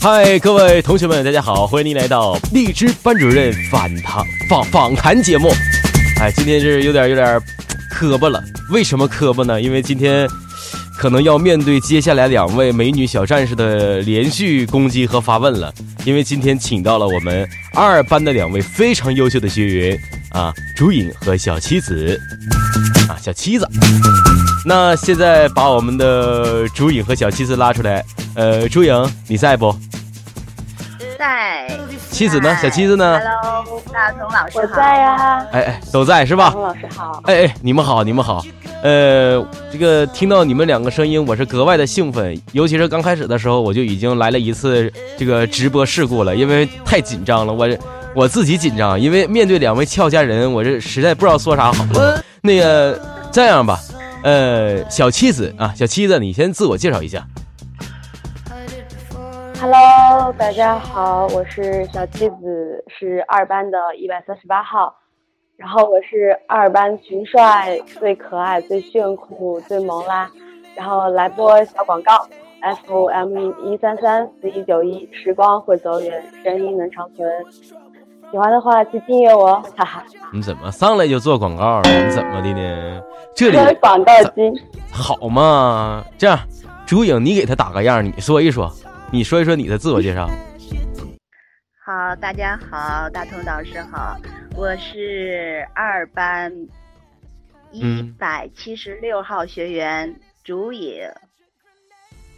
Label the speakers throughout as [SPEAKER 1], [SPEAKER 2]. [SPEAKER 1] 嗨，各位同学们，大家好，欢迎您来到荔枝班主任访谈访访谈节目。哎，今天是有点有点磕巴了，为什么磕巴呢？因为今天可能要面对接下来两位美女小战士的连续攻击和发问了。因为今天请到了我们二班的两位非常优秀的学员啊，竹影和小妻子啊，小妻子。那现在把我们的竹影和小妻子拉出来，呃，竹影你在不？
[SPEAKER 2] 在。
[SPEAKER 1] 妻子呢？小妻子呢？
[SPEAKER 2] Hello，大同老师好。
[SPEAKER 3] 我在呀、
[SPEAKER 1] 哎哎，都在是吧？
[SPEAKER 3] 王老师好，
[SPEAKER 1] 哎哎，你们好，你们好。呃，这个听到你们两个声音，我是格外的兴奋，尤其是刚开始的时候，我就已经来了一次这个直播事故了，因为太紧张了，我我自己紧张，因为面对两位俏佳人，我这实在不知道说啥好了。那个这样吧，呃，小妻子啊，小妻子，你先自我介绍一下。
[SPEAKER 3] Hello，大家好，我是小妻子，是二班的一百三十八号，然后我是二班群帅，最可爱、最炫酷、最萌啦，然后来播小广告，FM 一三三四一九一，时光会走远，声音能长存，喜欢的话去订阅我，哈哈，
[SPEAKER 1] 你怎么上来就做广告了？啊你怎么的呢？这里
[SPEAKER 3] 推广到今，
[SPEAKER 1] 好嘛，这样，朱颖，你给他打个样，你说一说，你说一说你的自我介绍。
[SPEAKER 2] 好，大家好，大同老师好，我是二班一
[SPEAKER 1] 嗯
[SPEAKER 2] 百七十六号学员竹野。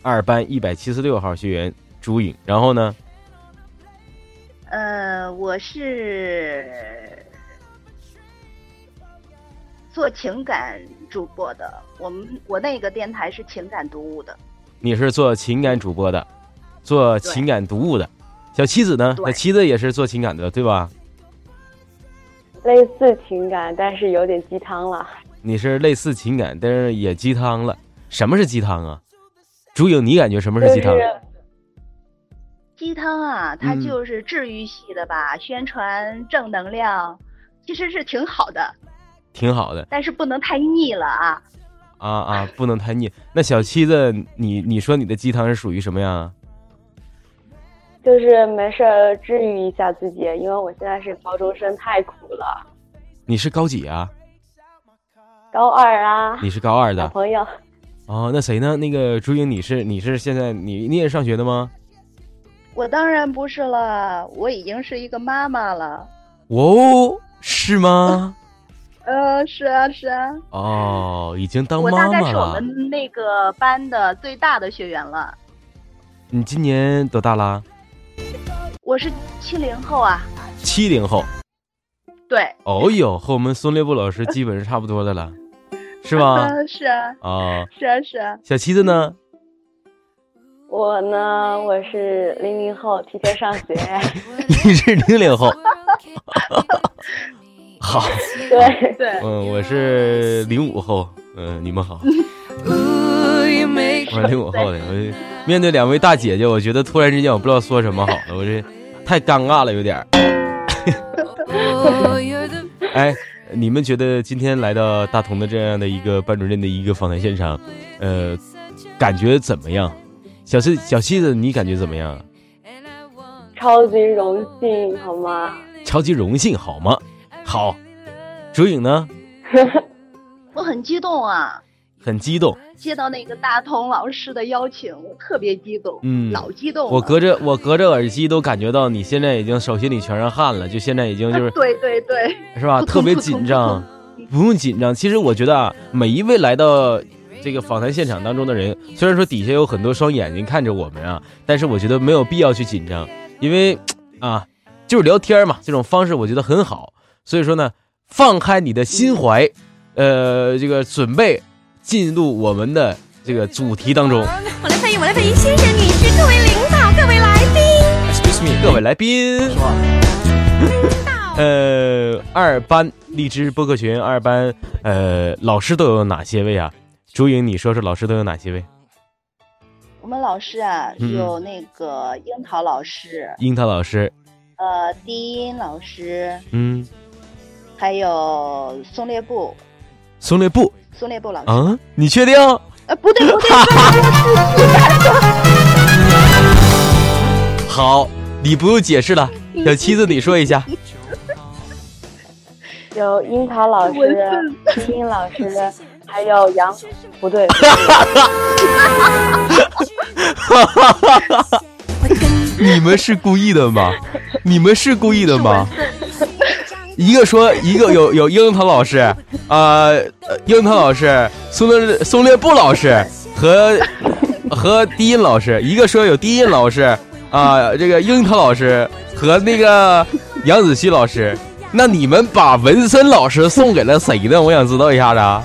[SPEAKER 1] 二班一百七十六号学员朱颖，然后呢，
[SPEAKER 2] 呃，我是做情感主播的，我们我那个电台是情感读物的。
[SPEAKER 1] 你是做情感主播的，做情感读物的，小妻子呢？
[SPEAKER 2] 对
[SPEAKER 1] 那妻子也是做情感的，对吧？
[SPEAKER 3] 类似情感，但是有点鸡汤了。
[SPEAKER 1] 你是类似情感，但是也鸡汤了。什么是鸡汤啊？朱颖，你感觉什么是鸡汤？
[SPEAKER 3] 就是
[SPEAKER 2] 鸡汤啊，它
[SPEAKER 1] 嗯
[SPEAKER 2] 就是治愈系的吧，宣传正能量，其实是挺好的，
[SPEAKER 1] 挺好的
[SPEAKER 2] 但是不能太腻了啊。
[SPEAKER 1] 啊啊，不能太腻。那小妻子，你你说你的鸡汤是属于什么样啊？
[SPEAKER 3] 就是没事儿治愈一下自己，因为我现在是高中生，太苦了。
[SPEAKER 1] 你是高几啊？
[SPEAKER 3] 高二啊，
[SPEAKER 1] 你是高二的
[SPEAKER 3] 小朋友，
[SPEAKER 1] 哦，那谁呢？那个朱颖，你是你是现在你你也是上学的吗？
[SPEAKER 2] 我当然不是了，我已经是一个妈妈了。
[SPEAKER 1] 哦，是吗？
[SPEAKER 2] 呃，是啊，是啊，
[SPEAKER 1] 哦，已经当
[SPEAKER 2] 我
[SPEAKER 1] 妈
[SPEAKER 2] 大概
[SPEAKER 1] 妈
[SPEAKER 2] 是我
[SPEAKER 1] 了。
[SPEAKER 2] 们那个班的最大的学员了。
[SPEAKER 1] 你今年多大啦？
[SPEAKER 2] 我是七零后啊，
[SPEAKER 1] 七零后。
[SPEAKER 2] 对，
[SPEAKER 1] 哦呦，和我们孙烈部老师基本是差不多的了，是吧？
[SPEAKER 2] 呃 是啊，
[SPEAKER 1] 哦，
[SPEAKER 2] 是啊，是啊。
[SPEAKER 1] 小七子呢？
[SPEAKER 3] 我呢，我是零零后，提前上 学。
[SPEAKER 1] 你是零零后。好，
[SPEAKER 3] 对，
[SPEAKER 2] 对，
[SPEAKER 1] 嗯，我是零五后。嗯，你们好，我是零五后的。我这面对两位大姐姐，我觉得突然之间我不知道说什么好了，我这太尴尬了，有点儿。 哎，你们觉得今天来到大同的这样的一个班主任的一个访谈现场，呃，感觉怎么样？小西小西子，你感觉怎么样？
[SPEAKER 3] 超级荣幸，好吗？
[SPEAKER 1] 超级荣幸，好吗？好。竹影呢，
[SPEAKER 2] 我很激动啊，
[SPEAKER 1] 很激动。
[SPEAKER 2] 接到那个大同老师的邀请，我特别激动，
[SPEAKER 1] 嗯
[SPEAKER 2] 老激动 了。
[SPEAKER 1] 我 隔着我隔着耳机都感觉到你现在已经手心里全是汗了，就现在已经就是
[SPEAKER 2] 对对对，
[SPEAKER 1] 是吧？
[SPEAKER 2] 扑通
[SPEAKER 1] 特别
[SPEAKER 2] 扑通
[SPEAKER 1] 紧
[SPEAKER 2] 扑
[SPEAKER 1] 张，不用紧张。其实我觉得啊，每一位来到这个访谈现场当中的人，虽然说底下有很多双眼睛看着我们啊，但是我觉得没有必要去紧张，因为啊，就是聊天嘛，这种方式我觉得很好。所以说呢，放开你的心怀，呃，这个准备进入我们的这个主题当中。
[SPEAKER 4] 我来翻译，我来翻译，先生、女士、各位领导、各位来宾，
[SPEAKER 1] Excuse me，各位来宾。呃，二班荔枝播客群二班，呃，老师都有哪些位啊？朱颖，你说说老师都有哪些位？
[SPEAKER 2] 我们老师啊，
[SPEAKER 1] 嗯
[SPEAKER 2] 有那个樱桃老师，
[SPEAKER 1] 樱桃老师，
[SPEAKER 2] 呃，低音老师，
[SPEAKER 1] 嗯，
[SPEAKER 2] 还有松烈布，
[SPEAKER 1] 松烈布
[SPEAKER 2] 松烈布老师。
[SPEAKER 1] 啊，你确定？
[SPEAKER 2] 呃，不对不对，
[SPEAKER 1] 好，你不用解释了，小妻子你说一下。
[SPEAKER 3] 有樱桃老
[SPEAKER 2] 我
[SPEAKER 3] 师、 低音老师，还有杨，不对，
[SPEAKER 1] 你们是故意的吗？你们是故意的吗？一个说一个有有樱桃老师，啊，樱桃老师，松烈松烈布老师和和低音老师，一个说有低音老师啊、这个樱桃老师和那个杨子熙老师。那你们把文森老师送给了谁呢？我想知道一下子啊！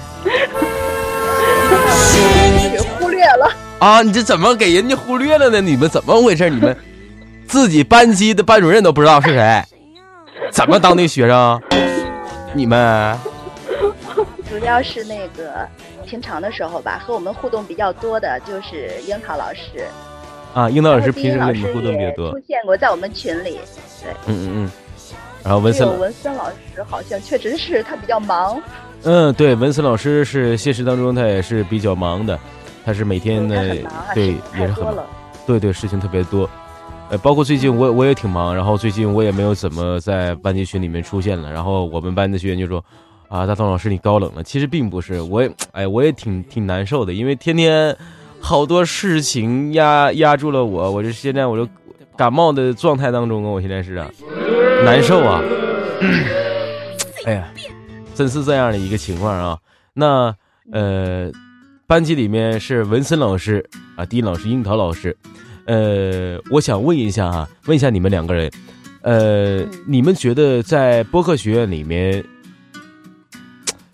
[SPEAKER 2] 忽略了。
[SPEAKER 1] 啊，你这怎么给人家忽略了呢？你们怎么回事？你们自己班级的班主任都不知道是谁，怎么当那学生啊？你们
[SPEAKER 2] 主要是那个平常的时候吧，和我们互动比较多的就是樱桃老师。
[SPEAKER 1] 啊，樱桃老师
[SPEAKER 2] 然后低
[SPEAKER 1] 平
[SPEAKER 2] 音
[SPEAKER 1] 时
[SPEAKER 2] 老
[SPEAKER 1] 跟
[SPEAKER 2] 师
[SPEAKER 1] 你们互动比较
[SPEAKER 2] 也
[SPEAKER 1] 多
[SPEAKER 2] 出，现过在我们群里。
[SPEAKER 1] 嗯嗯嗯。然后文
[SPEAKER 2] 只
[SPEAKER 1] 森
[SPEAKER 2] 有啊
[SPEAKER 1] 老，
[SPEAKER 2] 文森老师好像确实是他比较忙，
[SPEAKER 1] 嗯，对，文森老师是现实当中他也是比较忙的，他是每天
[SPEAKER 2] 他
[SPEAKER 1] 呢
[SPEAKER 2] 很忙，还，
[SPEAKER 1] 对
[SPEAKER 2] 事情
[SPEAKER 1] 也
[SPEAKER 2] 太
[SPEAKER 1] 是很
[SPEAKER 2] 多
[SPEAKER 1] 忙。
[SPEAKER 2] 了。
[SPEAKER 1] 对对，事情特别多。呃，包括最近我我也挺忙，然后最近我也没有怎么在班级群里面出现了。然后我们班的学员就说：“啊，大东老师你高冷了。”其实并不是，我也哎我也挺挺难受的，因为天天好多事情压压住了我。我这现在我就感冒的状态当中啊，我现在是啊，难受啊。 哎呀，真是这样的一个情况啊。那呃，班级里面是文森老师啊，低音老师、樱桃老师。呃，我想问一下啊，问一下你们两个人，呃，你们觉得在播客学院里面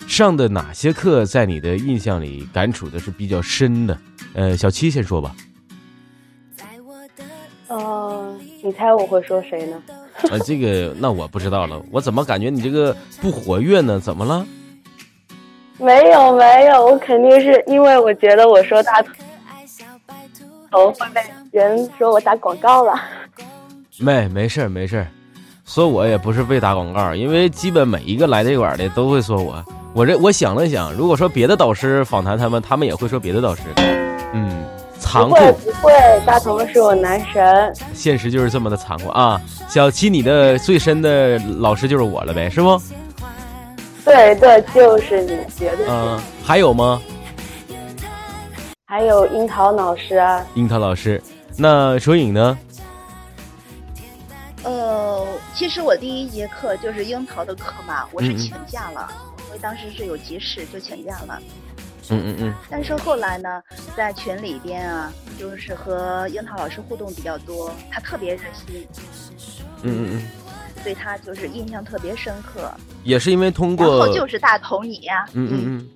[SPEAKER 1] 上的哪些课，在你的印象里感触的是比较深的？呃，小七先说吧。
[SPEAKER 3] 呃，你猜我会说谁呢？
[SPEAKER 1] 呃，这个那我不知道了，我怎么感觉你这个不活跃呢？怎么了？
[SPEAKER 3] 没有没有，我肯定是因为我觉得我说大头会被人说我打广告了。
[SPEAKER 1] 没，没事儿，没事儿。说我也不是为打广告，因为基本每一个来这馆儿的都会说我。我这我想了想，如果说别的导师访谈他们，他们也会说别的导师的。嗯，残
[SPEAKER 3] 不
[SPEAKER 1] 酷，
[SPEAKER 3] 会不会，大头是我男神。
[SPEAKER 1] 现实就是这么的残酷啊！小七，你的最深的老师就是我了呗，是不？
[SPEAKER 3] 对对，就是你，绝对。
[SPEAKER 1] 嗯、还有吗？
[SPEAKER 3] 还有樱桃老师啊，
[SPEAKER 1] 樱桃老师，那卓颖呢？
[SPEAKER 2] 呃，其实我第一节课就是樱桃的课嘛，我
[SPEAKER 1] 嗯
[SPEAKER 2] 是
[SPEAKER 1] 嗯
[SPEAKER 2] 请假了，因为当时是有急事就请假了。
[SPEAKER 1] 嗯嗯嗯，
[SPEAKER 2] 但是后来呢，在群里边啊，就是和樱桃老师互动比较多，他特别热心，
[SPEAKER 1] 嗯嗯嗯，
[SPEAKER 2] 对他就是印象特别深刻。
[SPEAKER 1] 也是因为通
[SPEAKER 2] 然
[SPEAKER 1] 过
[SPEAKER 2] 后，就是大头你啊呀、
[SPEAKER 1] 嗯嗯嗯，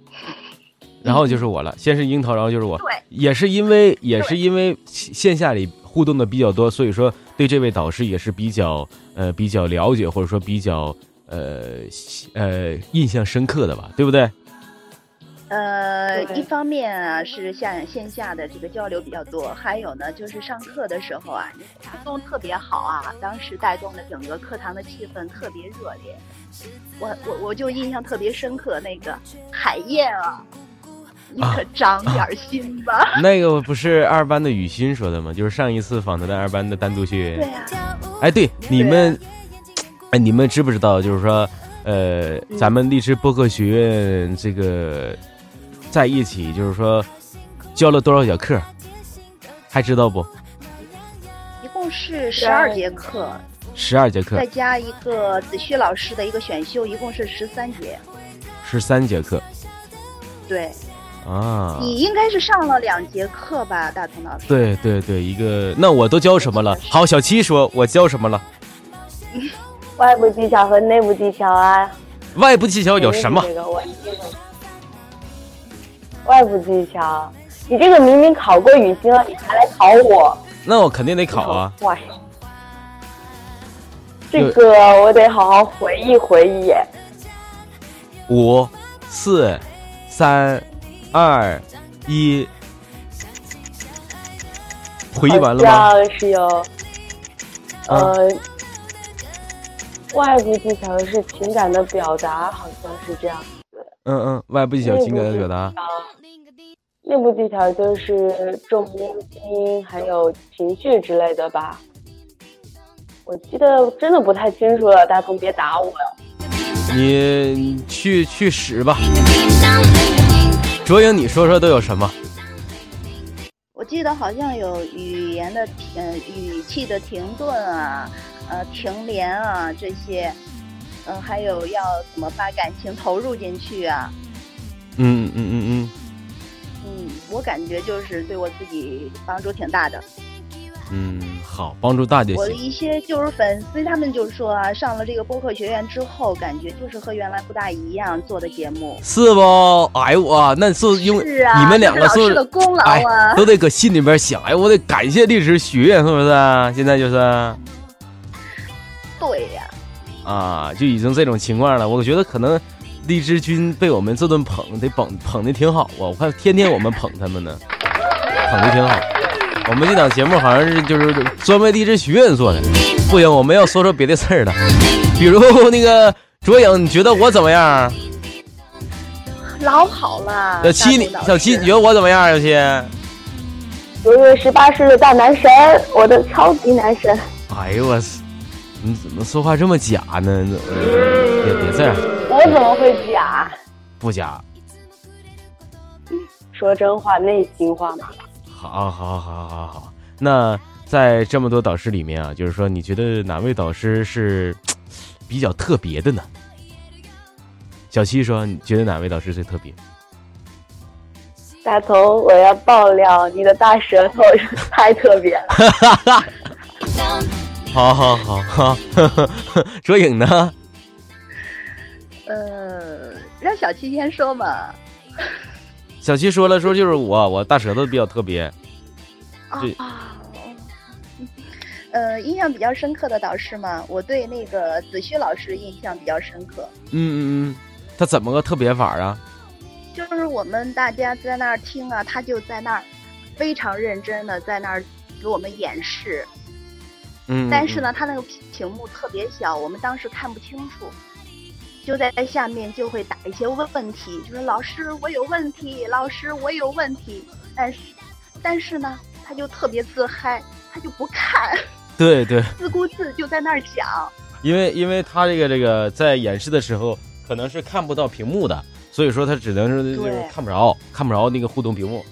[SPEAKER 1] 然后就是我了，先是樱桃，然后就是我，
[SPEAKER 2] 对，
[SPEAKER 1] 也是因为也是
[SPEAKER 2] 对
[SPEAKER 1] 因为线下里互动的比较多，所以说对这位导师也是比较呃比较了解，或者说比较呃喜呃印象深刻的吧，对不对？
[SPEAKER 2] 啊
[SPEAKER 1] 嗯
[SPEAKER 2] 呃，
[SPEAKER 3] 对
[SPEAKER 2] 一方面啊是线线下的这个交流比较多，还有呢就是上课的时候啊，互动特别好啊，当时带动的整个课堂的气氛特别热烈。我我我就印象特别深刻，那个海燕啊，你
[SPEAKER 1] 啊
[SPEAKER 2] 可长点儿心吧。
[SPEAKER 1] 那个不是二班的雨欣说的吗？就是上一次访谈的二班的单独学
[SPEAKER 2] 对
[SPEAKER 1] 员。
[SPEAKER 2] 啊，
[SPEAKER 1] 哎，对，你们，哎，你们知不知道？就是说，呃，咱们荔枝播客学院这个在一起，就是说教了多少节课，还知道不？
[SPEAKER 2] 一共是十二节课，
[SPEAKER 1] 十二节课
[SPEAKER 2] 再，加一个子旭老师的一个选修，一共是十三节。
[SPEAKER 1] 十三节课
[SPEAKER 2] 对
[SPEAKER 1] 啊。
[SPEAKER 2] 你应该是上了两节课吧，大同老师？
[SPEAKER 1] 对对对，一个那我都教什么了？好，小七说我教什么了？
[SPEAKER 3] 外部技巧和内部技巧啊，
[SPEAKER 1] 哦外部技巧有什么
[SPEAKER 3] 这？个我一定会外部技巧。你这个明明考过语心了，你还来考我？
[SPEAKER 1] 那我肯定得考啊。
[SPEAKER 3] 哇塞！这个我得好好回忆回忆耶。
[SPEAKER 1] 五、四、三、二、一，回忆完了吗？嗯
[SPEAKER 3] 好像是有，呃，外部技巧是情感的表达，好像是这样。
[SPEAKER 1] 嗯嗯，外部技巧、情感的表达。
[SPEAKER 3] 内部技巧就是重音、音，还有情绪之类的吧。我记得真的不太清楚了，大鹏别打我呀。
[SPEAKER 1] 你去去屎吧！卓颖，你说说都有什么？
[SPEAKER 2] 我记得好像有语言的停、呃语气的停顿啊，呃，停连啊这些，嗯、还有要怎么把感情投入进去啊，
[SPEAKER 1] 嗯嗯嗯
[SPEAKER 2] 嗯，我感觉就是对我自己帮助挺大的。
[SPEAKER 1] 嗯嗯，好，帮助大姐
[SPEAKER 2] 我的
[SPEAKER 1] 行。
[SPEAKER 2] 一些就是粉丝，他们就说啊，上了这个播客学院之后，感觉就是和原来不大一样做的节目。
[SPEAKER 1] 是不？哎呦啊，那是因为
[SPEAKER 2] 是啊，
[SPEAKER 1] 你们两个是
[SPEAKER 2] 这老
[SPEAKER 1] 不
[SPEAKER 2] 师的
[SPEAKER 1] 是
[SPEAKER 2] 功劳
[SPEAKER 1] 哎
[SPEAKER 2] 啊。
[SPEAKER 1] 都得搁心里边想，哎，我得感谢历史学院，是不是啊？现在就是
[SPEAKER 2] 对呀、
[SPEAKER 1] 啊，就已经这种情况了。我觉得可能荔枝君被我们这顿捧得捧捧的挺好啊，我看天天我们捧他们呢，捧的挺好。我们这档节目好像是就是专为励志学院做的，不行，我们要说说别的事儿了，比如那个卓颖，你觉得我怎么样？
[SPEAKER 2] 老好了。
[SPEAKER 1] 小七，你
[SPEAKER 2] 大陆老
[SPEAKER 1] 小七，
[SPEAKER 2] 师
[SPEAKER 1] 你觉得我怎么样？小七，
[SPEAKER 3] 有一位十八岁的大男神，我的超级男神。
[SPEAKER 1] 哎呦我，你怎么说话这么假呢？你怎么别别这样，
[SPEAKER 3] 我怎么会假？
[SPEAKER 1] 不假，
[SPEAKER 3] 说真话，内心话嘛。
[SPEAKER 1] 好，好，好，好，好。那在这么多导师里面啊，就是说，你觉得哪位导师是比较特别的呢？小七说，你觉得哪位导师最特别？
[SPEAKER 3] 大头，我要爆料，你的大舌头 太特别了。
[SPEAKER 1] 好好好好， 卓颖呢？
[SPEAKER 2] 呃，让小七先说嘛。
[SPEAKER 1] 小七说了，说就是我，我大舌头比较特别。
[SPEAKER 2] 啊
[SPEAKER 1] 对
[SPEAKER 2] 啊。呃，印象比较深刻的导师嘛，我对那个子旭老师印象比较深刻，
[SPEAKER 1] 嗯嗯嗯，他怎么个特别法啊？
[SPEAKER 2] 就是我们大家在那儿听啊，他就在那儿非常认真的在那儿给我们演示，
[SPEAKER 1] 嗯，嗯
[SPEAKER 2] 但是，呢，他那个屏屏幕特别小，我们当时看不清楚，就在下面就会打一些问问题，就是老师我有问题，老师我有问题，但是但是呢，他就特别自嗨，他就不看，
[SPEAKER 1] 嗯对对，
[SPEAKER 2] 自顾自就在那儿讲。
[SPEAKER 1] 因为因为他这个这个在演示的时候可能是看不到屏幕的，所以说他只能是就是
[SPEAKER 2] 对
[SPEAKER 1] 看不着看不着那个互动屏幕，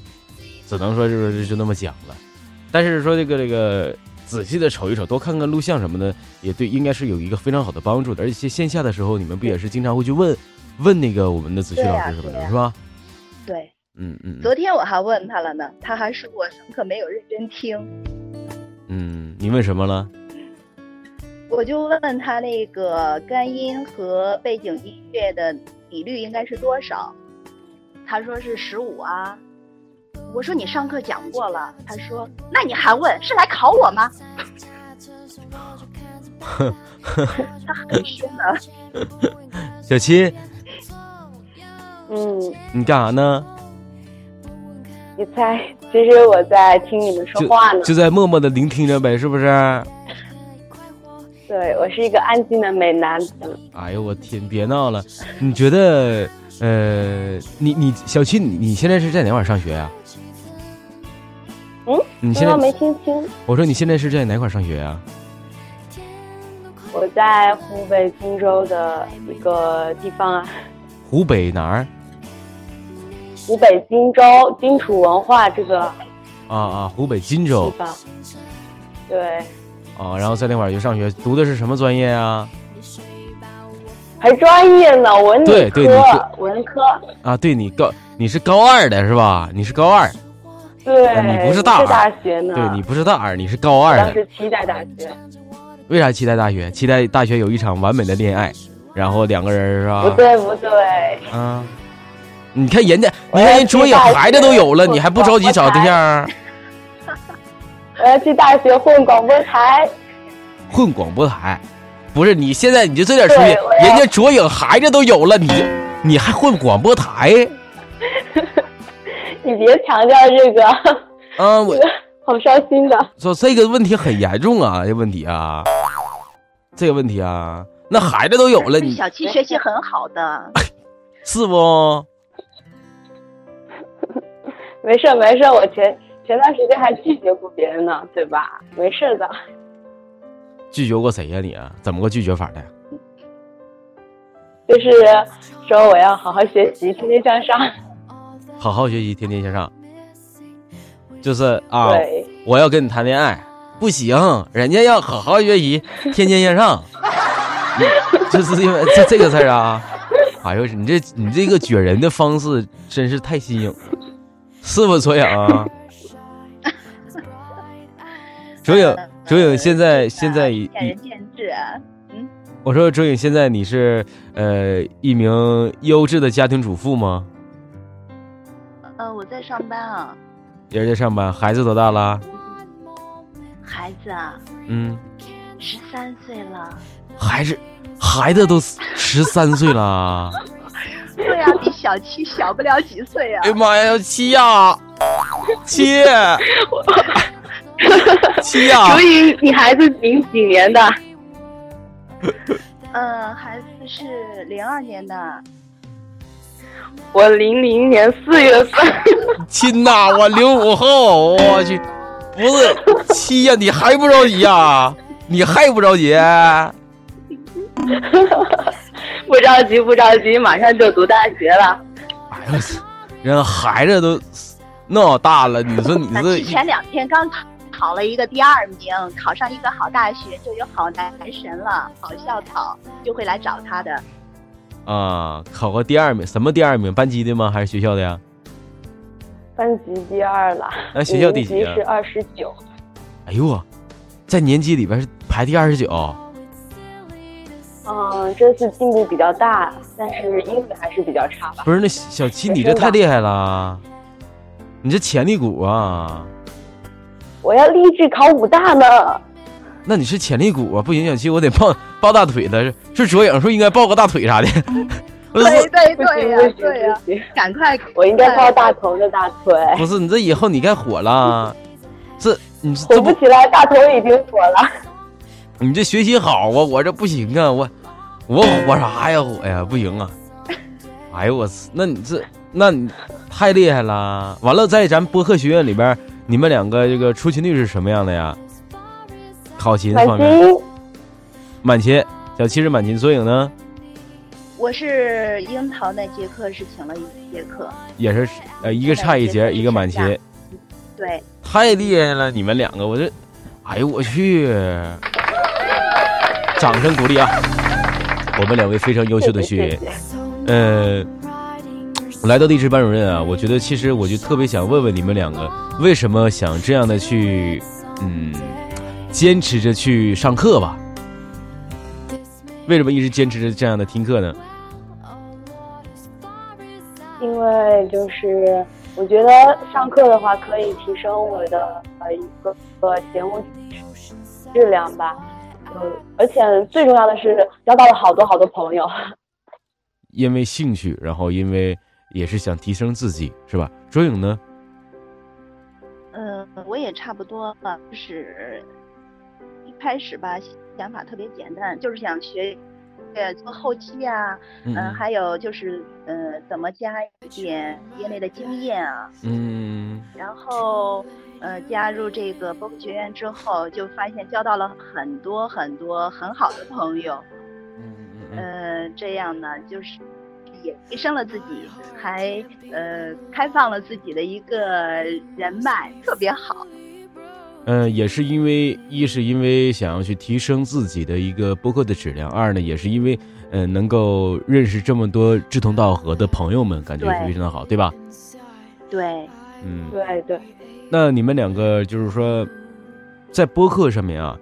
[SPEAKER 1] 只能说就是就那么讲了。但是说这个这个仔细的瞅一瞅，多看看录像什么的，也对应该是有一个非常好的帮助的。而且线下的时候，你们不也是经常会去问问那个我们的子旭
[SPEAKER 2] 对
[SPEAKER 1] 老
[SPEAKER 2] 呀
[SPEAKER 1] 师什么的，
[SPEAKER 2] 对呀
[SPEAKER 1] 是吧？
[SPEAKER 2] 对，
[SPEAKER 1] 嗯嗯嗯
[SPEAKER 2] 昨天我还问他了呢，他还说我上课没有认真听，
[SPEAKER 1] 嗯，你问什么了？
[SPEAKER 2] 我就问他那个干音和背景音乐的比率应该是多少，他说是十五啊。我说你上课讲过了，他说那你还问是来考我吗？
[SPEAKER 1] 哎
[SPEAKER 2] 他很凶的，
[SPEAKER 1] 小七，
[SPEAKER 3] 嗯，
[SPEAKER 1] 你干啥呢？
[SPEAKER 3] 你猜，其实我在听你们说
[SPEAKER 1] 就
[SPEAKER 3] 话呢。
[SPEAKER 1] 就在默默的聆听着呗，是不是？
[SPEAKER 3] 对我是一个安静的美男子。
[SPEAKER 1] 哎呦我天，别闹了！你觉得，呃，你你小七，你你现在是在哪块儿上学呀、啊
[SPEAKER 3] 嗯，
[SPEAKER 1] 你现
[SPEAKER 3] 刚刚
[SPEAKER 1] 在
[SPEAKER 3] 没听清，
[SPEAKER 1] 我说你现在是在哪块儿上学啊呀、
[SPEAKER 3] 我在湖北荆州的一个地方啊，
[SPEAKER 1] 湖北哪儿？
[SPEAKER 3] 湖北荆州荆楚文化这个
[SPEAKER 1] 啊啊，湖北荆
[SPEAKER 3] 地
[SPEAKER 1] 州
[SPEAKER 3] 方。对，
[SPEAKER 1] 啊，然后在那块儿去上学，读的是什么专业啊？
[SPEAKER 3] 还专业呢，文
[SPEAKER 1] 对
[SPEAKER 3] 理
[SPEAKER 1] 对你
[SPEAKER 3] 科，文科。
[SPEAKER 1] 啊，对你高，你是高二的是吧？你是高二，
[SPEAKER 3] 对，
[SPEAKER 1] 哎你不是大二啊
[SPEAKER 3] 大学呢？
[SPEAKER 1] 对你不是大二，你是高二
[SPEAKER 3] 啊
[SPEAKER 1] 的。
[SPEAKER 3] 当时期待大学，
[SPEAKER 1] 为啥期待大学？期待大学啊有一场完美的恋爱，然后两个人是吧？
[SPEAKER 3] 不对不对，
[SPEAKER 1] 啊，你看人家，
[SPEAKER 3] 我
[SPEAKER 1] 你
[SPEAKER 3] 要
[SPEAKER 1] 看人卓
[SPEAKER 3] 去
[SPEAKER 1] 影
[SPEAKER 3] 大
[SPEAKER 1] 孩子
[SPEAKER 3] 学
[SPEAKER 1] 都有了，
[SPEAKER 3] 混
[SPEAKER 1] 你还不着急找对象啊？
[SPEAKER 3] 我要去大学混广播台，
[SPEAKER 1] 混广播台，不是你现在你就这点出息
[SPEAKER 3] 对我，要
[SPEAKER 1] 人家卓影孩子都有了，你你还混广播台？
[SPEAKER 3] 你别强调这个， 嗯
[SPEAKER 1] 啊，我
[SPEAKER 3] 好伤心的。
[SPEAKER 1] 说这个问题很严重啊，这问题啊，这个问题啊，那孩子都有了，你哎
[SPEAKER 2] 小七学习很好的，
[SPEAKER 1] 是不？
[SPEAKER 3] 没事儿没事儿，我前前段时间还拒绝过别人呢，对吧？没事儿的，
[SPEAKER 1] 拒绝过谁呀、你啊？怎么个拒绝法的？
[SPEAKER 3] 就是说我要好好学习，天天向上。
[SPEAKER 1] 好好学习，天天向上。就是啊，
[SPEAKER 3] 对，
[SPEAKER 1] 我要跟你谈恋爱，不行，人家要好好学习，天天向 上。你就是因为这这个事儿啊，哎呦，你这你这个撅人的方式真是太新颖了，是不卓影啊？卓影，卓影，现在现在已
[SPEAKER 2] 见仁见智啊。
[SPEAKER 1] 我说卓影，现在你是呃一名优质的家庭主妇吗？
[SPEAKER 2] 呃，我在上班啊，
[SPEAKER 1] 也是在上班，孩子多大了？
[SPEAKER 2] 孩子啊，
[SPEAKER 1] 嗯，
[SPEAKER 2] 十三岁了。
[SPEAKER 1] 还是孩子都十三岁了。
[SPEAKER 2] 对啊，比小七小不了几岁啊
[SPEAKER 1] 哎。呀妈呀，七呀，七七啊呀
[SPEAKER 3] 所，以你孩子零几年的？
[SPEAKER 2] 呃，孩子是零二年的，
[SPEAKER 3] 我零零年四月份。
[SPEAKER 1] 亲呐，我零五后，我去，不是七呀，你还不着急呀？你还不着急？啊
[SPEAKER 3] 不着急，不着急，马上就读大学了。
[SPEAKER 1] 哎呦我操，人孩子都那么大了，你说你
[SPEAKER 2] 那
[SPEAKER 1] 这
[SPEAKER 2] 之前两天刚考考了一个第二名，考上一个好大学，就有好男神了，好校草就会来找他的。
[SPEAKER 1] 啊，考个第二名，什么第二名？班级的吗？还是学校的呀？
[SPEAKER 3] 班级第二了，
[SPEAKER 1] 那学校第几
[SPEAKER 3] 年级是
[SPEAKER 1] 啊？
[SPEAKER 3] 二十九，
[SPEAKER 1] 哎呦我，在年级里边是排第二十九，哦
[SPEAKER 3] 嗯，这次进步比较大，但是英语还是比较差吧。
[SPEAKER 1] 不是那小七，你这太厉害了啊，你这潜力股啊！
[SPEAKER 3] 我要立志考武大呢，
[SPEAKER 1] 那你是潜力股啊，不行，小七，我得抱抱大腿的，是卓影，是不是应该抱个大腿 啥的？不
[SPEAKER 2] 对
[SPEAKER 1] 是，
[SPEAKER 2] 对
[SPEAKER 3] 不行
[SPEAKER 2] 对呀、
[SPEAKER 3] 不行
[SPEAKER 2] 对呀、
[SPEAKER 3] 不行，
[SPEAKER 2] 赶快！
[SPEAKER 3] 我应该抱大头的大腿，
[SPEAKER 1] 不是，你这以后你该火了，这你这
[SPEAKER 3] 火
[SPEAKER 1] 不
[SPEAKER 3] 不起来，大头已经火了。
[SPEAKER 1] 你这学习好啊，我这不行啊，我我火啥呀火呀，不行啊！哎呦我操，那你这那你太厉害了！完了，在咱播客学院里边，你们两个这个出勤率是什么样的呀？考勤
[SPEAKER 3] 满
[SPEAKER 1] 方面，
[SPEAKER 3] 星，
[SPEAKER 1] 满勤，小七是满勤，所影呢
[SPEAKER 2] 我是樱桃那节课是请了一节课，
[SPEAKER 1] 也是呃一个差一节，一个满勤。
[SPEAKER 2] 对，
[SPEAKER 1] 太厉害了，你们两个，我这，哎呦我去！掌声鼓励啊！我们两位非常优秀的学员，呃，来到励志班主任啊，我觉得其实我就特别想问问你们两个，为什么想这样的去，嗯，坚持着去上课吧？为什么一直坚持着这样的听课呢？
[SPEAKER 3] 因为就是我觉得上课的话可以提升我的呃一个呃节目质量吧，嗯，而且最重要的是交到了好多好多朋友。
[SPEAKER 1] 因为兴趣，然后因为也是想提升自己，是吧？卓影呢？
[SPEAKER 2] 嗯、我也差不多了，就是一开始吧，想法特别简单，就是想学。呃，做后期啊，
[SPEAKER 1] 嗯
[SPEAKER 2] 嗯、还有就是，呃，怎么加一点业内的经验啊，
[SPEAKER 1] 嗯，
[SPEAKER 2] 然后，呃，加入这个播客学院之后，就发现交到了很多很多很好的朋友。
[SPEAKER 1] 嗯
[SPEAKER 2] 呃，这样呢，就是也提升了自己，还呃开放了自己的一个人脉，特别好。
[SPEAKER 1] 嗯，也是因为一是因为想要去提升自己的一个播客的质量，二呢也是因为呃能够认识这么多志同道合的朋友们，感觉
[SPEAKER 2] 对
[SPEAKER 1] 非常的好，对吧？
[SPEAKER 2] 对，
[SPEAKER 1] 嗯，
[SPEAKER 3] 对对，
[SPEAKER 1] 那你们两个就是说，在播客上面啊，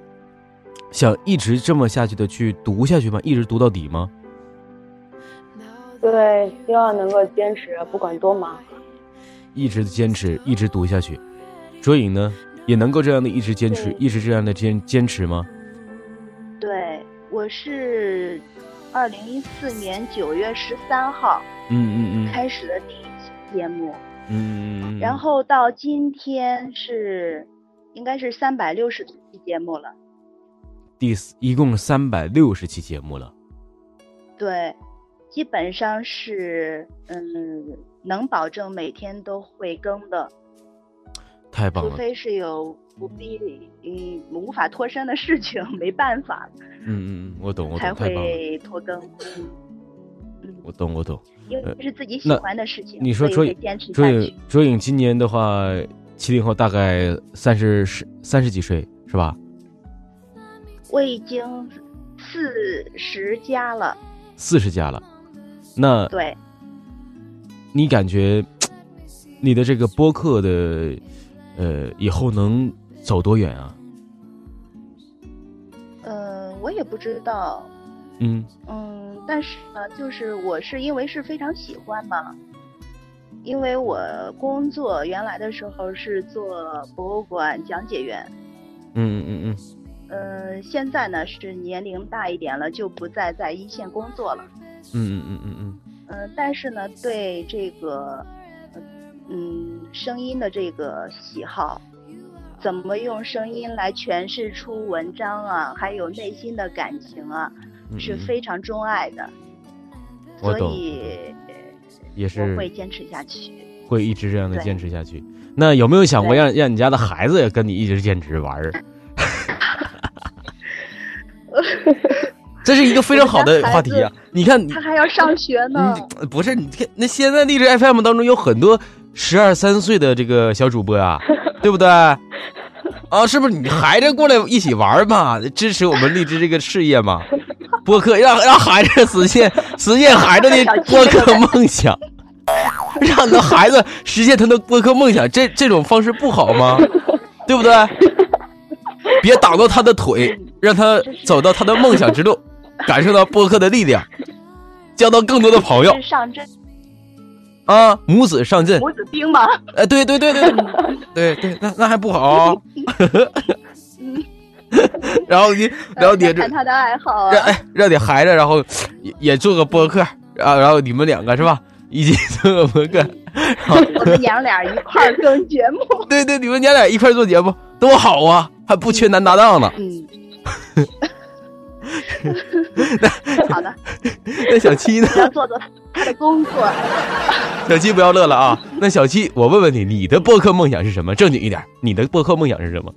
[SPEAKER 1] 想一直这么下去的去读下去吗？一直读到底吗？
[SPEAKER 3] 对，希望能够坚持，不管多忙。
[SPEAKER 1] 一直坚持，一直读下去。卓颖呢，也能够这样的一直坚持
[SPEAKER 3] 对，
[SPEAKER 1] 一直这样的坚坚持吗？
[SPEAKER 2] 对，我是二零一四年九月十三号
[SPEAKER 1] 嗯嗯嗯
[SPEAKER 2] 开始的第一期节目，
[SPEAKER 1] 嗯嗯嗯嗯。
[SPEAKER 2] 然后到今天是应该是三百六十期节目了。
[SPEAKER 1] 第四一共三百六十期节目了。
[SPEAKER 2] 对，基本上是嗯，能保证每天都会更的，
[SPEAKER 1] 太棒
[SPEAKER 2] 除
[SPEAKER 1] 了，
[SPEAKER 2] 非是有不必嗯无法脱身的事情， 没办法
[SPEAKER 1] 嗯嗯嗯，我懂，我
[SPEAKER 2] 才
[SPEAKER 1] 懂，太棒了，
[SPEAKER 2] 会拖更。嗯嗯，
[SPEAKER 1] 我懂，我懂。
[SPEAKER 2] 因为是自己喜
[SPEAKER 1] 那
[SPEAKER 2] 欢的事情，
[SPEAKER 1] 你说
[SPEAKER 2] 所
[SPEAKER 1] 卓
[SPEAKER 2] 以会
[SPEAKER 1] 颖
[SPEAKER 2] 坚持下
[SPEAKER 1] 卓
[SPEAKER 2] 去
[SPEAKER 1] 颖。卓颖今年的话，七零后大概三十十三十几岁是吧？
[SPEAKER 2] 我已经四十加了，
[SPEAKER 1] 四十加了，那
[SPEAKER 2] 对，
[SPEAKER 1] 你感觉你的这个播客的呃以后能走多远啊？呃
[SPEAKER 2] 嗯、我也不知道，
[SPEAKER 1] 嗯
[SPEAKER 2] 嗯，但是呢，就是我是因为是非常喜欢嘛，因为我工作原来的时候是做博物馆讲解员，
[SPEAKER 1] 嗯嗯嗯
[SPEAKER 2] 嗯，现在呢是年龄大一点了，就不再在一线工作了，
[SPEAKER 1] 嗯嗯嗯嗯嗯
[SPEAKER 2] 嗯，但是呢，对这个，呃嗯，声音的这个喜好，怎么用声音来诠释出文章啊，还有内心的感情啊，
[SPEAKER 1] 嗯，
[SPEAKER 2] 是
[SPEAKER 1] 嗯
[SPEAKER 2] 非常钟爱的，
[SPEAKER 1] 我
[SPEAKER 2] 所
[SPEAKER 1] 懂
[SPEAKER 2] 以
[SPEAKER 1] 也
[SPEAKER 2] 我
[SPEAKER 1] 是
[SPEAKER 2] 会坚持下去。
[SPEAKER 1] 会一直这样的
[SPEAKER 2] 对
[SPEAKER 1] 坚持下去。那有没有想过
[SPEAKER 2] 对
[SPEAKER 1] 让让你家的孩子也跟你一直坚持玩 儿？这是一个非常好的话题呀、你看，
[SPEAKER 2] 他还要上学呢，
[SPEAKER 1] 你嗯不是你看，那现在荔枝 FM 当中有很多十二三岁的这个小主播啊， 对不对？啊，是不是你孩子过来一起玩嘛，支持我们荔枝这个事业 嘛？播客让让孩子实现实现孩子的播客梦想，让你的孩子实现他的播客梦想，这这种方式不好吗？对不对？别挡到他的腿，让他走到他的梦想之路，感受到播客的力量，交到更多的朋友
[SPEAKER 2] 是上阵
[SPEAKER 1] 啊！母子上阵，
[SPEAKER 2] 母子兵嘛。
[SPEAKER 1] 哎，对对对 对对对，那那还不好。 然后你，然后你
[SPEAKER 2] 呃
[SPEAKER 1] 这
[SPEAKER 2] 嗯看他的爱好啊，
[SPEAKER 1] 让哎让你孩子，然后也也做个播客，啊，然后你们两个是吧，一起做个播客，
[SPEAKER 2] 我们娘俩一块儿更节目。
[SPEAKER 1] 对对，你们娘俩一块儿做节目多好啊，还不缺男搭档呢。
[SPEAKER 2] 嗯，好的，
[SPEAKER 1] 那小七呢？
[SPEAKER 2] 我要做做他的工作。
[SPEAKER 1] 小七不要乐了啊！那小七，我问问你，你的播客梦想是什么？正经一点，你的播客梦想是什么？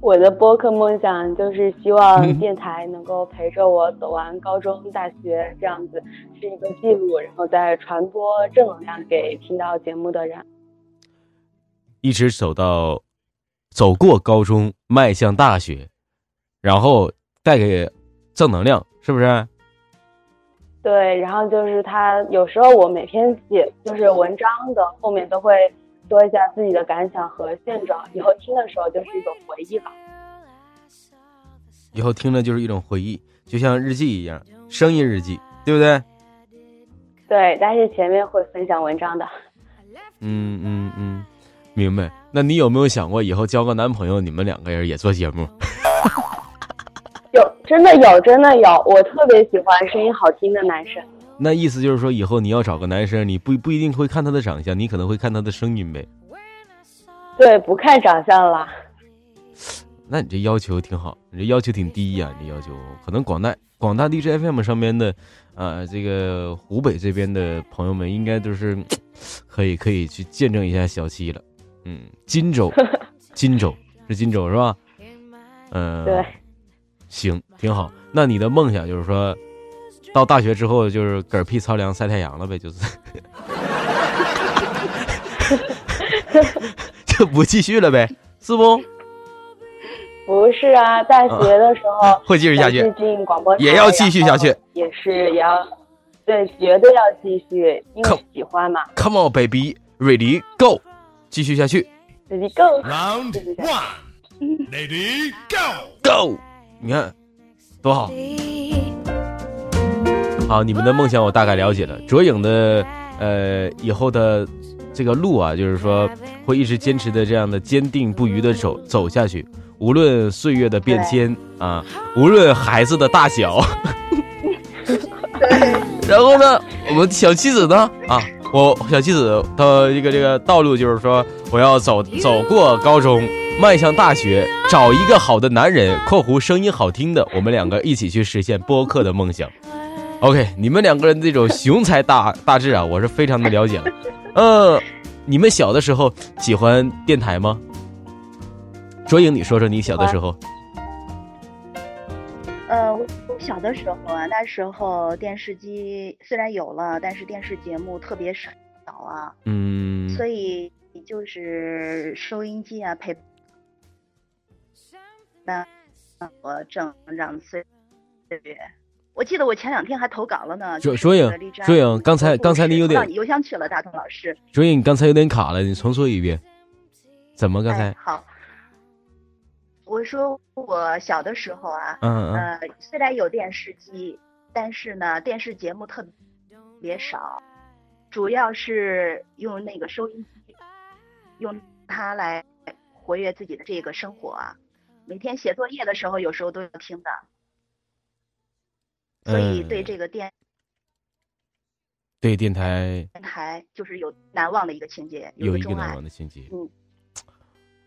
[SPEAKER 3] 我的播客梦想就是希
[SPEAKER 1] 嗯
[SPEAKER 3] 望电台能够陪着我走完高中、大学，这样子是一个记录，然后再传播正能量给听到节目的人。
[SPEAKER 1] 一直走到走过高中，迈向大学，然后带给正能量，是不是？
[SPEAKER 3] 对，然后就是他有时候我每篇写就是文章的后面都会说一下自己的感想和现状，以后听的时候就是一种回忆吧。
[SPEAKER 1] 以后听着就是一种回忆，就像日记一样，声音日记，对不对？
[SPEAKER 3] 对，但是前面会分享文章的。
[SPEAKER 1] 嗯嗯嗯，明白。那你有没有想过以后交个男朋友，你们两个人也做节目？
[SPEAKER 3] 有，真的有，真的有，我特别喜欢声音好听的男生。
[SPEAKER 1] 那意思就是说，以后你要找个男生，你不不一定会看他的长相，你可能会看他的声音呗。
[SPEAKER 3] 对，不看长相了。
[SPEAKER 1] 那你这要求挺好，你这要求挺低呀、你这要求可能广大广大 DJ FM 上面的，呃，这个湖北这边的朋友们应该都是可以可以去见证一下小七了。嗯，荆州，荆州是荆州是吧？嗯、
[SPEAKER 3] 对，
[SPEAKER 1] 行，挺好。那你的梦想就是说，到大学之后就是嗝屁操凉晒太阳了呗，就是， 就不继续了呗，是不？
[SPEAKER 3] 不是啊，大学的时候、
[SPEAKER 1] 嗯会继续下去
[SPEAKER 3] 想进广播台
[SPEAKER 1] 也要继续下去，
[SPEAKER 3] 然后也是也要，对，绝对要继续，因
[SPEAKER 1] 可
[SPEAKER 3] 为喜欢嘛，
[SPEAKER 1] Come on, baby, ready, go，继续下去
[SPEAKER 3] 自己更
[SPEAKER 5] Round
[SPEAKER 3] 继续下去
[SPEAKER 5] one, lady go。
[SPEAKER 1] ，go，你看多好。好，你们的梦想我大概了解了。卓影的呃以后的这个路啊，就是说会一直坚持的这样的坚定不渝的走走下去，无论岁月的变迁啊，无论孩子的大小。 然后呢，我们小妻子呢啊，我小妻子她这个这个道路就是说，我要走走过高中，迈向大学，找一个好的男人（括弧声音好听的），我们两个一起去实现播客的梦想。OK，你们两个人这种雄才大 大志啊，我是非常的了解了。呃，你们小的时候喜欢电台吗？卓颖，你说说你小的时候。
[SPEAKER 2] 啊呃，我我小的时候啊，那时候电视机虽然有了，但是电视节目特别少啊，
[SPEAKER 1] 嗯，
[SPEAKER 2] 所以就是收音机啊陪伴我成长岁月。我记得我前两天还投稿了呢。
[SPEAKER 1] 卓
[SPEAKER 2] 就是
[SPEAKER 1] 卓颖
[SPEAKER 2] 那个荔枝，
[SPEAKER 1] 卓
[SPEAKER 2] FM
[SPEAKER 1] 颖，刚才
[SPEAKER 2] 的
[SPEAKER 1] 刚才你有
[SPEAKER 2] 故事
[SPEAKER 1] 点
[SPEAKER 2] 投到你邮箱去了，大同老师。
[SPEAKER 1] 卓颖，你刚才有点卡了，你重说一遍。怎么刚才
[SPEAKER 2] 哎、？好，我说我小的时候啊，
[SPEAKER 1] 嗯嗯
[SPEAKER 2] 呃，虽然有电视机，但是呢，电视节目特别少，主要是用那个收音机，用它来活跃自己的这个生活啊。每天写作业的时候，有时候都要听的，所以对
[SPEAKER 1] 嗯
[SPEAKER 2] 这个电
[SPEAKER 1] 对电台
[SPEAKER 2] 台就是有难忘的一个情节，
[SPEAKER 1] 有
[SPEAKER 2] 个
[SPEAKER 1] 一个
[SPEAKER 2] 钟
[SPEAKER 1] 难
[SPEAKER 2] 爱
[SPEAKER 1] 忘。的情节。
[SPEAKER 2] 嗯，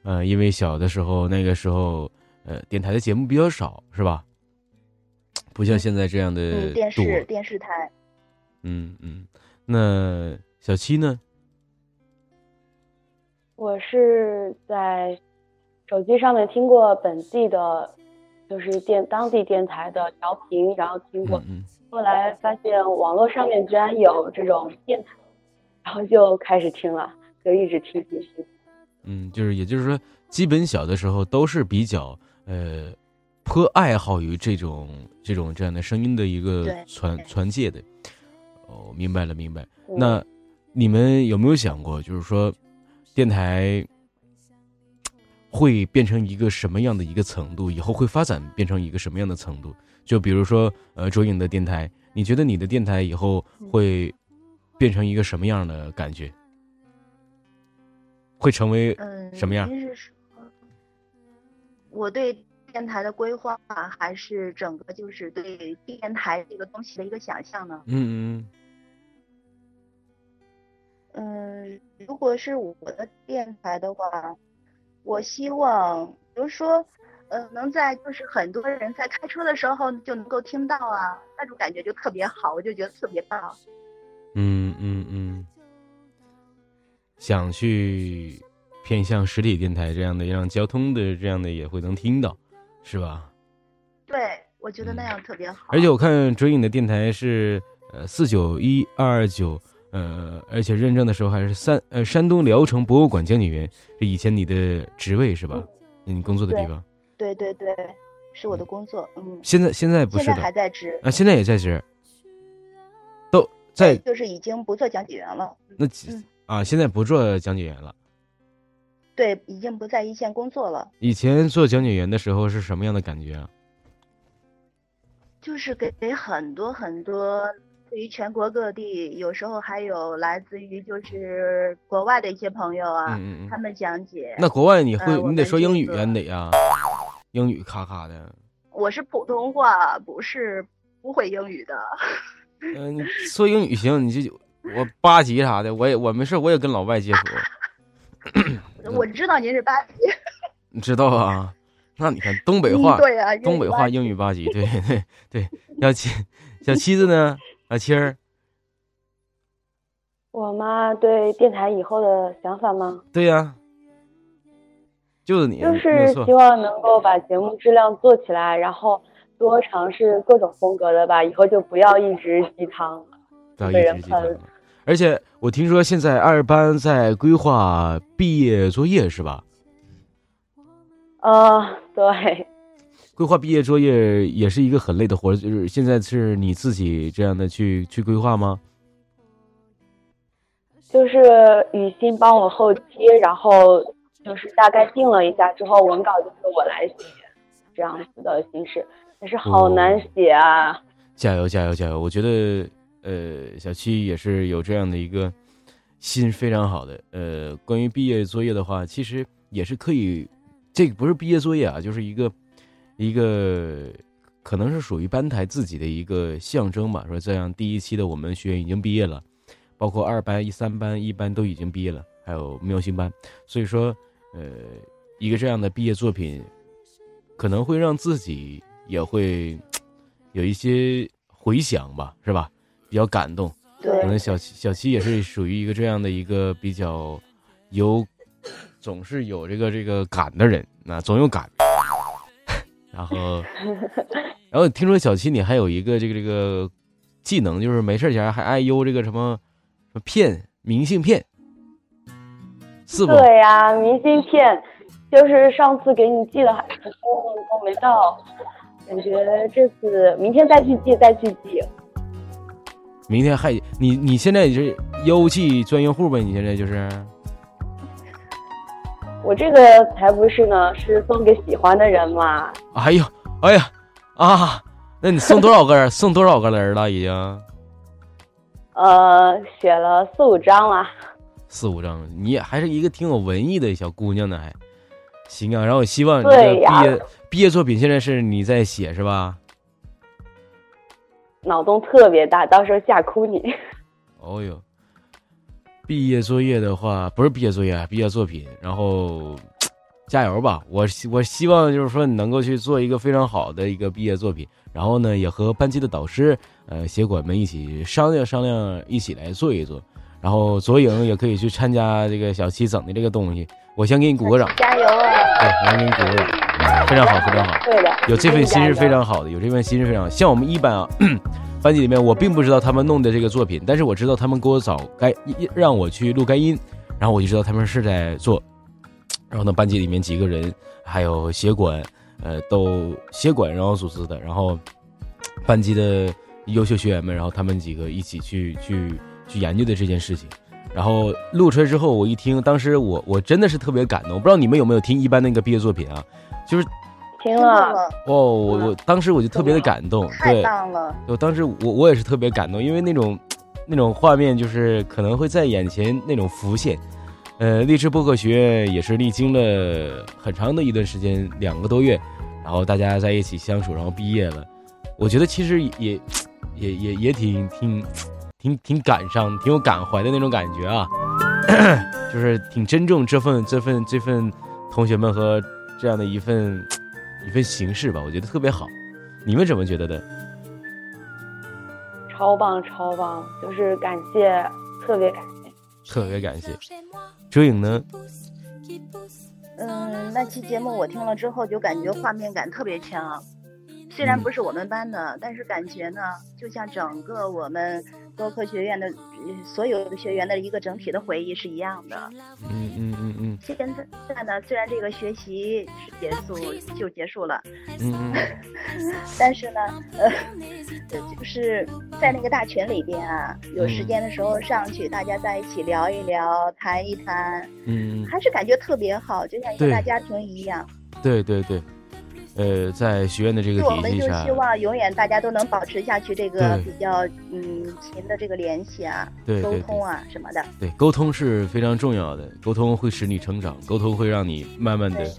[SPEAKER 1] 呃，因为小的时候那个时候，呃，电台的节目比较少，是吧？不像现在这样的
[SPEAKER 2] 嗯，电
[SPEAKER 1] 多。
[SPEAKER 2] 视电视台，
[SPEAKER 1] 嗯嗯，那小七呢？
[SPEAKER 3] 我是在手机上面听过本地的，就是电当地电台的调频，然后听过
[SPEAKER 1] 嗯，嗯，
[SPEAKER 3] 后来发现网络上面居然有这种电台，然后就开始听了，就一直听听听。
[SPEAKER 1] 嗯，就是也就是说，基本小的时候都是比较呃颇爱好于这种这种这样的声音的一个
[SPEAKER 2] 对
[SPEAKER 1] 传传介的。哦，明白了，明白。
[SPEAKER 3] 嗯
[SPEAKER 1] 那你们有没有想过，就是说，电台会变成一个什么样的一个程度？以后会发展变成一个什么样的程度？就比如说，呃，卓颖的电台，你觉得你的电台以后会变成一个什么样的感觉？会成为
[SPEAKER 2] 嗯，
[SPEAKER 1] 什么样
[SPEAKER 2] 您是说我对电台的规划，啊还是整个就是对电台这个东西的一个想象呢？
[SPEAKER 1] 嗯嗯
[SPEAKER 2] 嗯，如果是我的电台的话，我希望，比如说，呃，能在就是很多人在开车的时候就能够听到啊，那种感觉就特别好，我就觉得特别棒。
[SPEAKER 1] 嗯嗯嗯，想去偏向实体电台这样的，让交通的这样的也会能听到，是吧？
[SPEAKER 2] 对，我觉得那
[SPEAKER 1] 嗯
[SPEAKER 2] 样特别好。
[SPEAKER 1] 而且我看追影的电台是呃四九一二二九，呃，而且认证的时候还是三呃山东聊城博物馆讲解员，是以前你的职位是吧？你工作的地
[SPEAKER 2] 嗯对
[SPEAKER 1] 方，
[SPEAKER 2] 对对对，是我的工作，嗯，
[SPEAKER 1] 现在现在不
[SPEAKER 2] 现
[SPEAKER 1] 是
[SPEAKER 2] 在
[SPEAKER 1] 的
[SPEAKER 2] 还在职，
[SPEAKER 1] 啊，现在也在职，都在
[SPEAKER 2] 就是已经不做讲解员了。
[SPEAKER 1] 那几
[SPEAKER 2] 嗯
[SPEAKER 1] 啊，现在不做讲解员了。
[SPEAKER 2] 对，已经不在一线工作了，
[SPEAKER 1] 以前做讲解员的时候是什么样的感觉啊？
[SPEAKER 2] 就是给给很多很多对于全国各地，有时候还有来自于就是国外的一些朋友啊，
[SPEAKER 1] 嗯嗯
[SPEAKER 2] 他
[SPEAKER 1] 嗯。
[SPEAKER 2] 们讲解。
[SPEAKER 1] 那国外你会
[SPEAKER 2] 呃，我
[SPEAKER 1] 你得
[SPEAKER 2] 们
[SPEAKER 1] 说
[SPEAKER 2] 这
[SPEAKER 1] 英语
[SPEAKER 2] 个
[SPEAKER 1] 啊，你得呀，英语咔咔的。
[SPEAKER 2] 我是普通话，不是不会英语的。
[SPEAKER 1] 嗯、你说英语行，你就我八级啥的，我也我没事，我也跟老外接触，嗯
[SPEAKER 2] 我知道您是八级，
[SPEAKER 1] 你知道啊？ 那你看东北
[SPEAKER 2] 嗯
[SPEAKER 1] 话，
[SPEAKER 2] 对啊，
[SPEAKER 1] 东北话，
[SPEAKER 2] 英语
[SPEAKER 1] 英语八级，对 对对。小七，小七子呢？小七儿，
[SPEAKER 3] 我妈对电台以后的想法吗？
[SPEAKER 1] 对呀、就是你，
[SPEAKER 3] 就
[SPEAKER 1] 嗯没有
[SPEAKER 3] 是希
[SPEAKER 1] 错。
[SPEAKER 3] 望能够把节目质量做起来，然后多尝试各种风格的吧，以后就不要一直鸡汤了。
[SPEAKER 1] 不要一
[SPEAKER 3] 被人
[SPEAKER 1] 直记得
[SPEAKER 3] 喷。
[SPEAKER 1] 而且我听说现在二班在规划毕业作业是吧？
[SPEAKER 3] 呃，对，
[SPEAKER 1] 规划毕业作业也是一个很累的活儿，就是现在是你自己这样的去去规划吗？
[SPEAKER 3] 就是雨欣帮我后期，然后哦就是大概定了一下之后，
[SPEAKER 1] 哦
[SPEAKER 3] 文稿就是我来写，这样子的形式，但是好难写啊。
[SPEAKER 1] 加油，加油，加油！我觉得，呃，小七也是有这样的一个心，非常好的。呃，关于毕业作业的话，其实也是可以，这个不是毕业作业啊，就是一个一个可能是属于班台自己的一个象征吧。说这样，第一期的我们学员已经毕业了，包括二班、一三班、一班都已经毕业了，还有喵星班。所以说，呃，一个这样的毕业作品，可能会让自己也会有一些回响吧，是吧？比较感动。可能
[SPEAKER 3] 对，
[SPEAKER 1] 小七小七也是属于一个这样的一个比较有，总是有这个这个感的人，那、总有感。 然后，然后听说小七你还有一个这个这个技能，就是没事儿前还爱邮这个什么什么片明信片，是不？
[SPEAKER 3] 对呀、明信片，就是上次给你寄了，还是都没到，感觉这次明天再去寄，再去寄。
[SPEAKER 1] 明天还你你现在也是邮寄专业户呗？你现在就是
[SPEAKER 3] 我这个才不是呢，是送给喜欢的人嘛。
[SPEAKER 1] 哎呦，哎呀，啊，那你送多少个人？ 送多少个人了？已经
[SPEAKER 3] 呃，写了四五张啊了。
[SPEAKER 1] 四五张了，你也还是一个挺有文艺的小姑娘呢，还行啊。然后我希望你这
[SPEAKER 3] 对
[SPEAKER 1] 个
[SPEAKER 3] 呀
[SPEAKER 1] 毕业毕业作品现在是你在写是吧？
[SPEAKER 3] 脑洞特别大，到时候吓哭你。
[SPEAKER 1] 哦呦，毕业作业的话不是毕业作业啊，毕业作品，然后加油吧！我希我希望就是说你能够去做一个非常好的一个毕业作品，然后呢也和班级的导师呃协管们一起商量商量，一起来做一做。然后左颖也可以去参加这个小七整的这个东西，我先给你鼓个掌，
[SPEAKER 3] 加油啊！
[SPEAKER 1] 对，我先给你鼓个掌，非常好，非常好。
[SPEAKER 3] 对的，
[SPEAKER 1] 啊 有这份心是非
[SPEAKER 3] 加油
[SPEAKER 1] 常好的，有这份心是非常好。像我们一班啊， 班级里面，我并不知道他们弄的这个作品，但是我知道他们给我找该让我去录该音，然后我就知道他们是在做。然后呢，班级里面几个人，还有协管，呃，都协管然后组织的，然后班级的优秀学员们，然后他们几个一起去去去研究的这件事情。然后录出来之后，我一听，当时我我真的是特别感动。我不知道你们有没有听一班那个毕业作品啊？
[SPEAKER 3] 听了，
[SPEAKER 1] 哦，我我当时我就特别的感动，
[SPEAKER 2] 太
[SPEAKER 1] 对，
[SPEAKER 2] 棒了！
[SPEAKER 1] 我当时我我也是特别感动，因为那种那种画面就是可能会在眼前那种浮现。呃，励志播客学院也是历经了很长的一段时间，两个多月，然后大家在一起相处，然后毕业了。我觉得其实也也也也挺挺挺挺感伤，挺有感怀的那种感觉啊， 就是挺珍重这份这份这份同学们和这样的一份一份形式吧，我觉得特别好。你们怎么觉得的？
[SPEAKER 3] 超棒超棒，就是感谢，特别感谢。
[SPEAKER 1] 特别感谢。周颖呢？
[SPEAKER 2] 嗯，那期节目我听了之后就感觉画面感特别强，啊嗯虽然不是我们班的，但是感觉呢，就像整个我们多科学院的呃所有的学员的一个整体的回忆是一样的。
[SPEAKER 1] 嗯嗯嗯嗯
[SPEAKER 2] 现在呢，虽然这个学习是结束就结束了，
[SPEAKER 1] 嗯嗯，
[SPEAKER 2] 但是呢，呃，就是在那个大群里边啊，有时间的时候上去，大家在一起聊一聊，谈一谈，
[SPEAKER 1] 嗯，
[SPEAKER 2] 还是感觉特别好，就像一
[SPEAKER 1] 对
[SPEAKER 2] 个大家庭一样。
[SPEAKER 1] 对对对，呃，在学院的这个
[SPEAKER 2] 就我
[SPEAKER 1] 体
[SPEAKER 2] 们
[SPEAKER 1] 系
[SPEAKER 2] 就
[SPEAKER 1] 下
[SPEAKER 2] 希，望永远大家都能保持下去这个
[SPEAKER 1] 对
[SPEAKER 2] 比较嗯勤的这个联系啊、
[SPEAKER 1] 对
[SPEAKER 2] 沟
[SPEAKER 1] 对对
[SPEAKER 2] 通啊什么的。
[SPEAKER 1] 对，沟通是非常重要的，沟通会使你成长，沟通会让你慢慢的
[SPEAKER 2] 对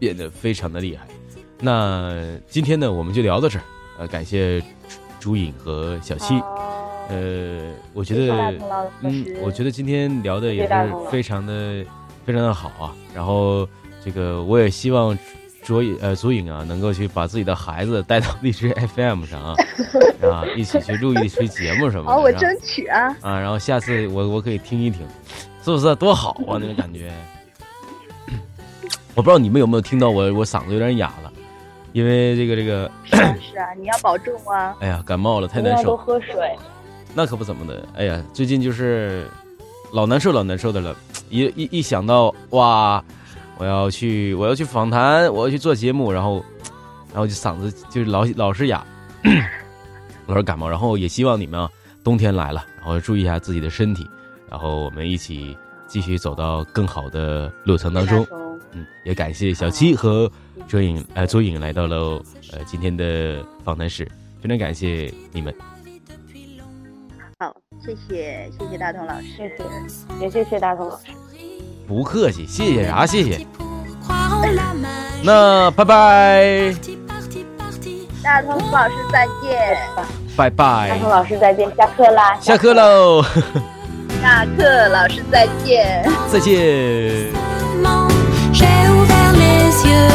[SPEAKER 1] 变得非常的厉害。那今天呢，我们就聊到这儿，呃，感谢朱朱颖和小七，
[SPEAKER 3] 好
[SPEAKER 1] 呃，我觉
[SPEAKER 2] 谢谢大
[SPEAKER 1] 得
[SPEAKER 2] 鹏老
[SPEAKER 1] 嗯
[SPEAKER 2] 师，
[SPEAKER 1] 我觉得今天聊的也
[SPEAKER 3] 谢谢大
[SPEAKER 1] 是
[SPEAKER 3] 鹏老师
[SPEAKER 1] 非常的非常的好啊。然后这个我也希望卓颖呃卓颖啊能够去把自己的孩子带到荔枝 FM 上 啊啊一起去录一期节目什么的。
[SPEAKER 2] 哦，我
[SPEAKER 1] 然后
[SPEAKER 2] 争取啊，
[SPEAKER 1] 啊，然后下次我我可以听一听，是不是多好啊？那种感觉。我不知道你们有没有听到我我嗓子有点哑了，因为这个这个，
[SPEAKER 2] 是啊是啊，你要保重啊。
[SPEAKER 1] 哎呀，感冒了太
[SPEAKER 3] 一定
[SPEAKER 1] 难
[SPEAKER 3] 要
[SPEAKER 1] 受
[SPEAKER 3] 多。喝水。
[SPEAKER 1] 那可不怎么的，哎呀，最近就是老难受老难受的了，一一一想到哇，我要去我要去访谈，我要去做节目，然后然后就嗓子就是老老是哑， 老是感冒，然后也希望你们啊，冬天来了，然后注意一下自己的身体，然后我们一起继续走到更好的路程当中。嗯，也感谢小七和周颖，呃，周颖来到了呃今天的访谈室。非常感谢你们。
[SPEAKER 2] 好，谢谢谢谢大同老师，
[SPEAKER 3] 谢谢，也谢啊谢大同老师，
[SPEAKER 1] 不客气，谢谢啥谢谢。
[SPEAKER 6] 那
[SPEAKER 1] 那拜拜，
[SPEAKER 2] 大同老师再见，
[SPEAKER 1] 拜
[SPEAKER 3] 大
[SPEAKER 1] 拜
[SPEAKER 3] 同，老师再见，下课啦，
[SPEAKER 1] 哎下课喽，
[SPEAKER 2] 下课老师再见。
[SPEAKER 1] 再见。
[SPEAKER 6] j'ai ouvert les yeux.